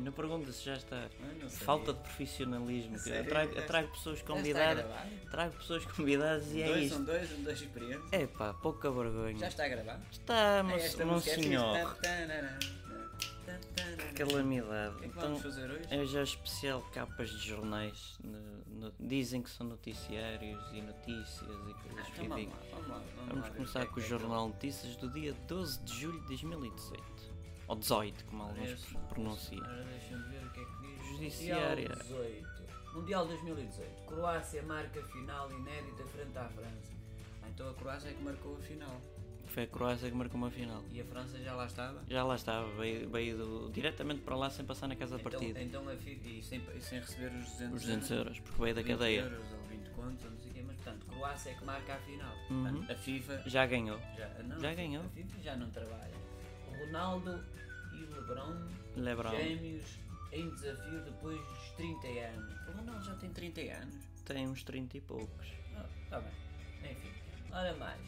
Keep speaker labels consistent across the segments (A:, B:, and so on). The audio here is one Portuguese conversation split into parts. A: Não pergunto se já está.
B: Eu não sabia.
A: Falta de profissionalismo. que Eu
B: Sério?
A: trago, eu
B: Esta-
A: trago pessoas
B: Já está
A: convidadas.
B: gravado?
A: Trago pessoas convidadas e é
B: dois
A: isto.
B: são dois, um dois experientes.
A: É pá, pouca vergonha.
B: Já está gravado?
A: Está,
B: É,
A: mas,
B: esta
A: não
B: música é triste.
A: um senhor.
B: Tantarana, tantarana. O
A: Calamidade.
B: que é que
A: Então,
B: vamos fazer hoje?
A: é já especial capas de jornais. no- no- dizem que são noticiários e notícias e
B: Ah,
A: coisas
B: então vamos lá,
A: ridículas.
B: vamos lá. Vamos, lá
A: Vamos
B: ver
A: começar
B: o que é
A: com o
B: que é que
A: Jornal Notícias do dia 12 de julho de 2018. Ou 18, como alguns
B: Isso.
A: pronunciam.
B: Ora, deixa-me ver o que Ah, é que diz.
A: Judiciária.
B: Mundial 18. Mundial 2018. Croácia marca final inédita frente à França. Ah, então a Croácia é que marcou a final.
A: Foi a Croácia que marcou uma final.
B: E a França já lá estava?
A: Já lá estava, veio, veio do- diretamente para lá sem passar na casa de
B: Então,
A: partida.
B: então a fi- e sem, e sem receber os 200,
A: Os 200 euros, porque veio da cadeia.
B: euros ou 20 contos, ou não sei o quê, mas portanto, Croácia é que marca a final.
A: Uhum.
B: Portanto, A FIFA
A: Já ganhou.
B: já, não,
A: Já
B: a FIFA-
A: ganhou.
B: A FIFA já não trabalha. O Ronaldo e o Lebron,
A: Lebron
B: gêmeos em desafio depois dos 30 anos. O Ronaldo já tem 30 anos.
A: tem uns 30 e poucos.
B: Está bem. Enfim, ora mais.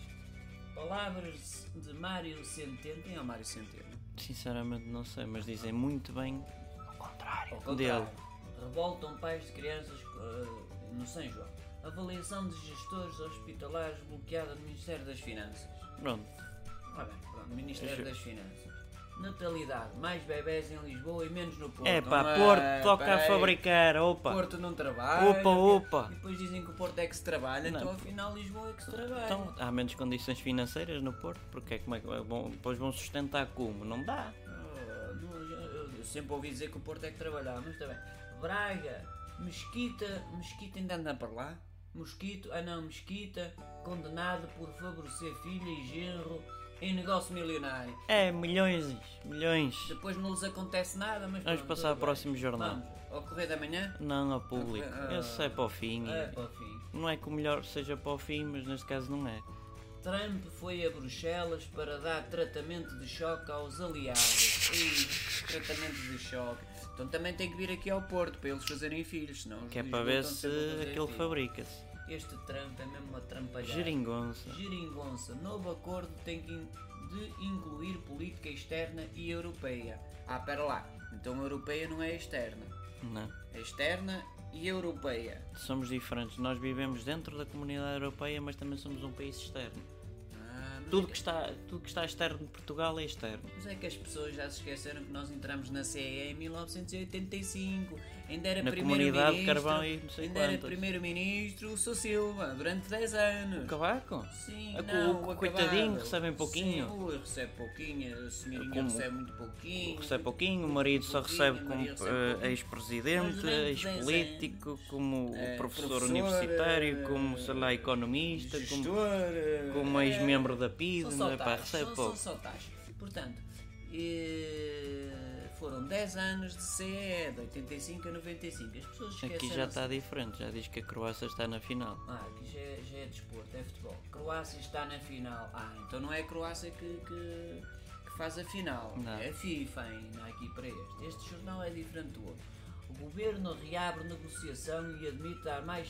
B: Palavras de Mário Centeno. Quem é o Mário Centeno?
A: Sinceramente não sei, mas dizem muito bem ao contrário,
B: Ao contrário,
A: dele.
B: Revoltam pais de crianças eh, no São João. Avaliação de gestores hospitalares bloqueada no Ministério das Finanças.
A: Pronto,
B: Ora bem, pronto, Ministério
A: Deixa-
B: das Finanças. Natalidade, mais bebés em Lisboa e menos no Porto.
A: é pá,
B: Ora,
A: Porto, toca a
B: peraí.
A: fabricar, opa.
B: Porto não trabalha.
A: Opa, opa.
B: E depois dizem que o Porto é que se trabalha,
A: Não.
B: então afinal Lisboa é que se trabalha.
A: Então, há menos condições financeiras no Porto, porque é que como é que vão- depois vão sustentar como? Não dá.
B: Ah, não, eu- eu, eu sempre ouvi dizer que o Porto é que trabalhava, mas está bem. Braga, Mesquita, Mesquita ainda anda para lá? Mosquito, ah não, Mesquita, condenado por favorecer filha e genro em negócio milionário.
A: É, milhões, milhões.
B: Depois não lhes acontece nada, mas.
A: Vamos
B: pronto,
A: passar ao
B: tudo bem.
A: próximo jornal.
B: Vamos, ao correr da manhã?
A: Não ao público,
B: Ah.
A: esse é para o fim.
B: É, para o fim.
A: Não é que o melhor seja para o fim, mas neste caso não é.
B: Trump foi a Bruxelas para dar tratamento de choque aos aliados. Ei, tratamento de choque. Então também tem que vir aqui ao Porto para eles fazerem filhos, senão os
A: Que é
B: dois
A: para ver
B: voltam
A: se
B: sempre a fazer
A: aquilo
B: filhos.
A: fabrica-se.
B: Este Trump é mesmo uma trampalhada.
A: Geringonça.
B: Geringonça. Novo acordo tem que in- de incluir política externa e europeia. Ah, pera lá. Então europeia não é externa.
A: Não.
B: É externa e europeia.
A: Somos diferentes. Nós vivemos dentro da comunidade europeia, mas também somos um país externo.
B: Ah, mas
A: Tudo
B: é
A: que está, tudo que está externo de Portugal é externo.
B: Mas é que as pessoas já se esqueceram que nós entramos na CEE em 1985. Ainda era
A: Na
B: primeiro-ministro.
A: comunidade de carvão e não sei
B: Ainda era
A: quantas.
B: primeiro-ministro o Sou Silva, durante 10 anos.
A: Cavaco?
B: Sim,
A: A co-
B: não,
A: o
B: acabado.
A: coitadinho recebe um pouquinho.
B: Sim, ui, recebe pouquinho, a senhorinha
A: Como?
B: recebe muito pouquinho.
A: Recebe pouquinho, o marido só
B: Pouquinho,
A: recebe
B: a
A: como
B: Maria recebe
A: eh,
B: pouquinho. Mas
A: ex-presidente,
B: durante dez
A: ex-político, como
B: Eh,
A: professor
B: professora,
A: universitário, como,
B: eh,
A: sei lá, economista, como,
B: Gestor,
A: como
B: eh,
A: ex-membro da
B: São
A: PID,
B: só
A: né, pá,
B: tais,
A: recebe
B: são, são
A: pouco.
B: só tais. Portanto, eh, foram 10 anos de CE, de 85 a 95. As pessoas esquecem.
A: Aqui já tá- está diferente, já diz que a Croácia está na final.
B: Ah, aqui já, é- já é desporto, é futebol. Croácia está na final. Ah, então não é a Croácia que, que, que faz a final.
A: Não.
B: É a FIFA ainda aqui para este. Este jornal é diferente do outro. O governo reabre negociação e admite dar mais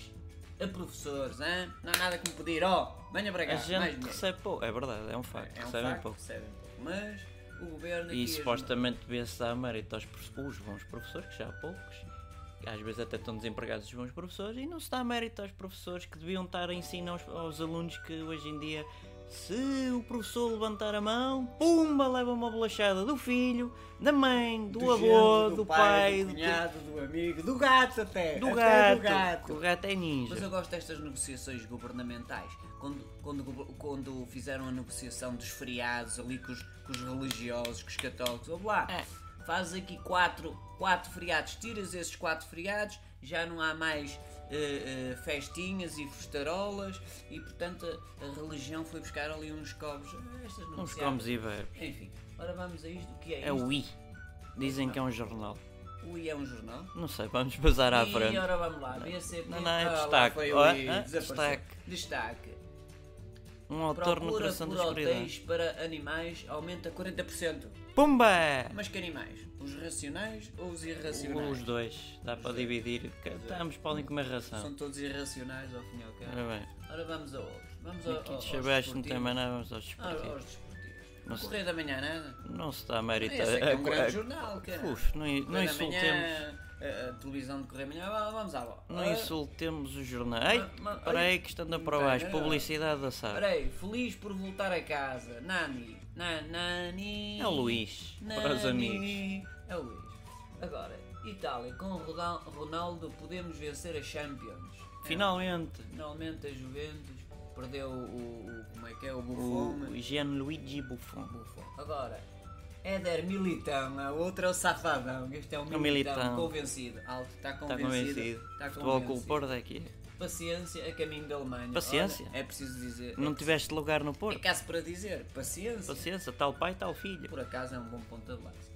B: a professores, hein? não há nada que me pedir. Oh, venha para cá,
A: A
B: mais
A: gente
B: dinheiro.
A: recebe pouco, é verdade, é um facto,
B: É um
A: recebem
B: facto,
A: pouco.
B: recebem pouco. Mas o governo aqui
A: E
B: as-
A: supostamente devia-se dar mérito aos profe- os bons professores, que já há poucos, que às vezes até estão desempregados os bons professores, e não se dá mérito aos professores que deviam estar a ensinar aos, aos alunos que hoje em dia, se o professor levantar a mão, pumba, leva uma bolachada do filho, da mãe, do, avô,
B: genro,
A: do, pai,
B: do
A: do,
B: cunhado, do amigo, do gato até.
A: tio- do
B: até
A: gato,
B: do gato.
A: que o gato é ninja.
B: Mas eu gosto destas negociações governamentais. Quando, quando, gover- quando fizeram a negociação dos feriados ali com os, com os religiosos, com os católicos, ou lá,
A: É.
B: fazes aqui quatro, quatro feriados, tiras esses quatro feriados, já não há mais eh, eh, festinhas e festarolas e, portanto, a, a religião foi buscar ali uns cobres. Ah, Estas
A: Uns
B: negociadas.
A: comes e bebes.
B: Enfim, ora vamos a isto. O que é,
A: É
B: isto?
A: o I. Dizem que é um jornal.
B: O I é um jornal?
A: Não sei, vamos passar à frente.
B: E ora vamos lá, BCP.
A: Não, não, é
B: Ah, lá
A: destaque.
B: foi o
A: Ó,
B: I,
A: hã?
B: desapareceu.
A: Destaque.
B: Destaque.
A: Um autor no
B: Procura
A: coração
B: por
A: da escuridão.
B: hotéis para animais aumenta 40%.
A: Pumba!
B: Mas que animais? Os racionais ou os irracionais?
A: Os dois, dá para dividir. Que- Estamos, podem comer ração.
B: São todos irracionais ao fim e ao cabo.
A: Ora bem,
B: Ora vamos a outros. Vamos a, a,
A: É. aqui
B: aos
A: de Chabás não
B: desportivos.
A: tem mais nada, vamos aos
B: Ah,
A: desportivos.
B: aos desportivos.
A: Não se,
B: Correio da Manhã, nada.
A: não se dá mérito
B: Esse é que é
A: a-
B: um grande
A: a-
B: jornal, cara.
A: Uf, não, não
B: Correio da
A: insultemos.
B: Manhã, a, a televisão de Correio da Manhã, vá, vamos à bola.
A: Não
B: Ah,
A: insultemos os jornais.
B: Ma- ma-
A: Espera aí
B: ai.
A: que isto anda para baixo.
B: Não, não, não.
A: Publicidade da SAP.
B: Peraí, feliz por voltar a casa. Nani. Na, nani.
A: É o Luís, para os amigos.
B: Nani. É o Luís. Agora, Itália, com o Rodal- Ronaldo podemos vencer a Champions. É,
A: Finalmente,
B: finalmente a Juventus perdeu o, o- como é que é, o Buffon. é
A: o Gianluigi Buffon.
B: Buffon. Agora, Éder Militão, a outra é o safadão. Este é o Militão,
A: um Militão.
B: convencido. Alto, está
A: Está
B: convencido.
A: convencido.
B: Está
A: Futebol com o
B: convencido.
A: Porto é aqui.
B: Paciência a caminho da Alemanha.
A: Paciência?
B: Olha, é preciso dizer.
A: Não
B: é
A: tiveste lugar no
B: É
A: Porto.
B: caso para dizer, paciência.
A: Paciência, tal pai, tal filho.
B: Por acaso é um bom ponto de lança.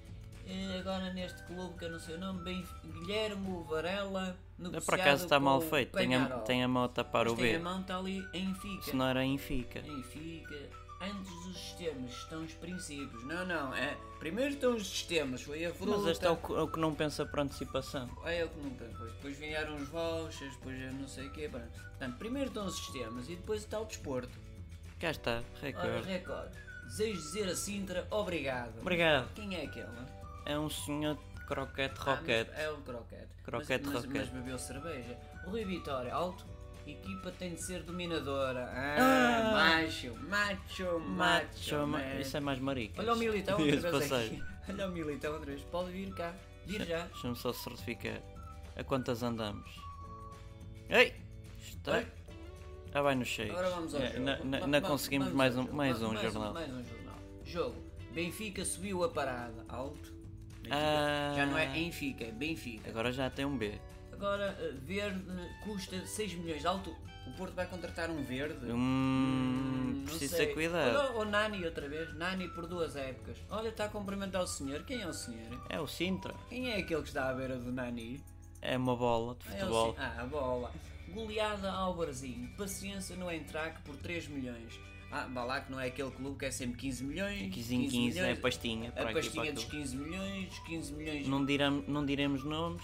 B: E agora neste clube que eu não sei o nome, bem, Guilherme Varela, negociado
A: é Por acaso está
B: com
A: mal
B: o
A: feito. Tem a,
B: Peñarol.
A: tem a mão a tapar o
B: Mas tem a
A: B.
B: mão está ali em Fica.
A: Se não era em fica.
B: Em Fica. Antes dos sistemas estão os princípios. Não, não, é. Primeiro estão os sistemas, foi a fruta.
A: Mas este é o que, é o que não pensa por antecipação.
B: É eu que nunca depois. Depois vieram os vouchers, depois eu não sei o quê. pronto. Portanto, primeiro estão os sistemas e depois está o desporto.
A: Cá está,
B: Ora,
A: recorde.
B: Record. Desejo dizer a Sintra obrigado.
A: Obrigado.
B: Quem é aquela?
A: É um senhor de croquete
B: Ah, mas
A: roquete.
B: É um croquete.
A: Croquete,
B: mas, mas,
A: roquete.
B: mas bebeu cerveja. O Rui Vitória, alto. Equipa tem de ser dominadora.
A: Ah!
B: Ah, Macho, macho, macho.
A: Macho, ma-
B: man.
A: isso é mais marica.
B: Olha o militão
A: Diga-se
B: outra vez
A: passeio.
B: aqui. Olha o militão outra vez. Pode vir cá. Vir já.
A: Deixa-me só certificar a quantas andamos. Ei! Está.
B: Oi.
A: Já vai nos cheios.
B: Agora vamos ao
A: É, Na-
B: jogo.
A: na- na-
B: Va-
A: na
B: va-
A: conseguimos
B: vamos
A: mais
B: ao
A: um,
B: jogo.
A: mais
B: Va-
A: um jornal.
B: Mais um jornal. Jogo. Benfica subiu a parada. Alto. Benfica.
A: Ah.
B: Já não é Benfica, é Benfica.
A: Agora já tem um B.
B: Agora, eh, verde custa 6 milhões. Alto. O Porto vai contratar um verde.
A: Hum, preciso ter cuidado.
B: O Nani outra vez, Nani por duas épocas. Olha, está a cumprimentar o senhor. Quem é o senhor?
A: É o Sintra.
B: Quem é aquele que está à beira do Nani?
A: É uma bola de
B: É o
A: futebol.
B: sen- ah, a bola. Goleada ao Brasil. Paciência no Entraque por 3 milhões. Ah, vá lá que não é aquele clube que é sempre 15 milhões.
A: 15 em 15 é pastinha.
B: A
A: Para aqui, para
B: pastinha dos
A: aquilo.
B: 15 milhões, 15 milhões.
A: não, diremos, não diremos nomes.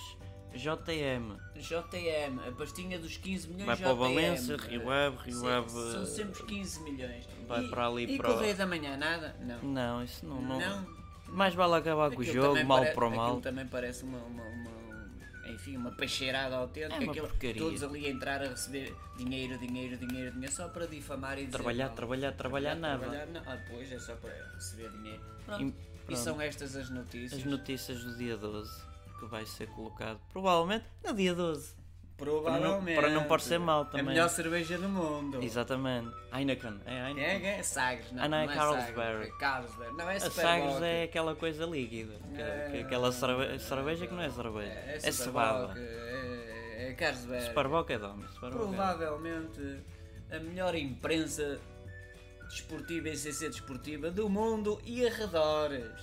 A: JM.
B: JM, a pastinha dos 15 milhões.
A: Vai para o
B: JM.
A: Valença, Rio Ave, Rio
B: eh, Sim,
A: Ave.
B: São sempre 15 milhões.
A: Vai
B: e,
A: para ali,
B: E
A: para o-
B: Correio da Manhã, nada? Não.
A: Não, isso não. não...
B: Não.
A: Mais vale acabar com o
B: Aquilo
A: Um jogo,
B: também
A: mal
B: pare-
A: para o
B: aquilo
A: mal.
B: também parece uma, uma, uma- enfim, uma peixeirada autêntica.
A: É uma
B: aquilo-
A: porcaria.
B: Todos ali a entrar a receber dinheiro, dinheiro, dinheiro, dinheiro, só para difamar e dizer
A: Trabalhar,
B: mal.
A: trabalhar, trabalhar, nada.
B: um trabalhar, não. Ah, pois, é só para receber dinheiro. Pronto.
A: E-
B: E,
A: pronto.
B: são estas as notícias.
A: As notícias do dia 12, que vai ser colocado provavelmente no dia 12.
B: Provavelmente.
A: para não parecer mal
B: A
A: também.
B: melhor cerveja do mundo.
A: Exatamente. Heineken. É
B: É,
A: Heineken.
B: é Sagres, não,
A: Ah, não, é
B: não
A: Carlsberg.
B: É Carlsberg. Não, é
A: A Sagres é aquela coisa líquida. que- que- aquela cerve- cerveja que não é cerveja.
B: É,
A: É,
B: é
A: cebada.
B: Superbock, É, é Carlsberg.
A: Superboc é de homem. Superboc é-
B: provavelmente a melhor imprensa desportiva e CC desportiva do mundo e arredores.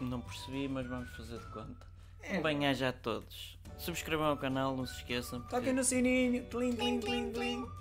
A: Não percebi, mas vamos fazer de conta.
B: É.
A: Um bem-aja a todos. Subscrevam o canal, não se esqueçam. porque-
B: Toquem no sininho, tlim, tlim, tlim, tlim.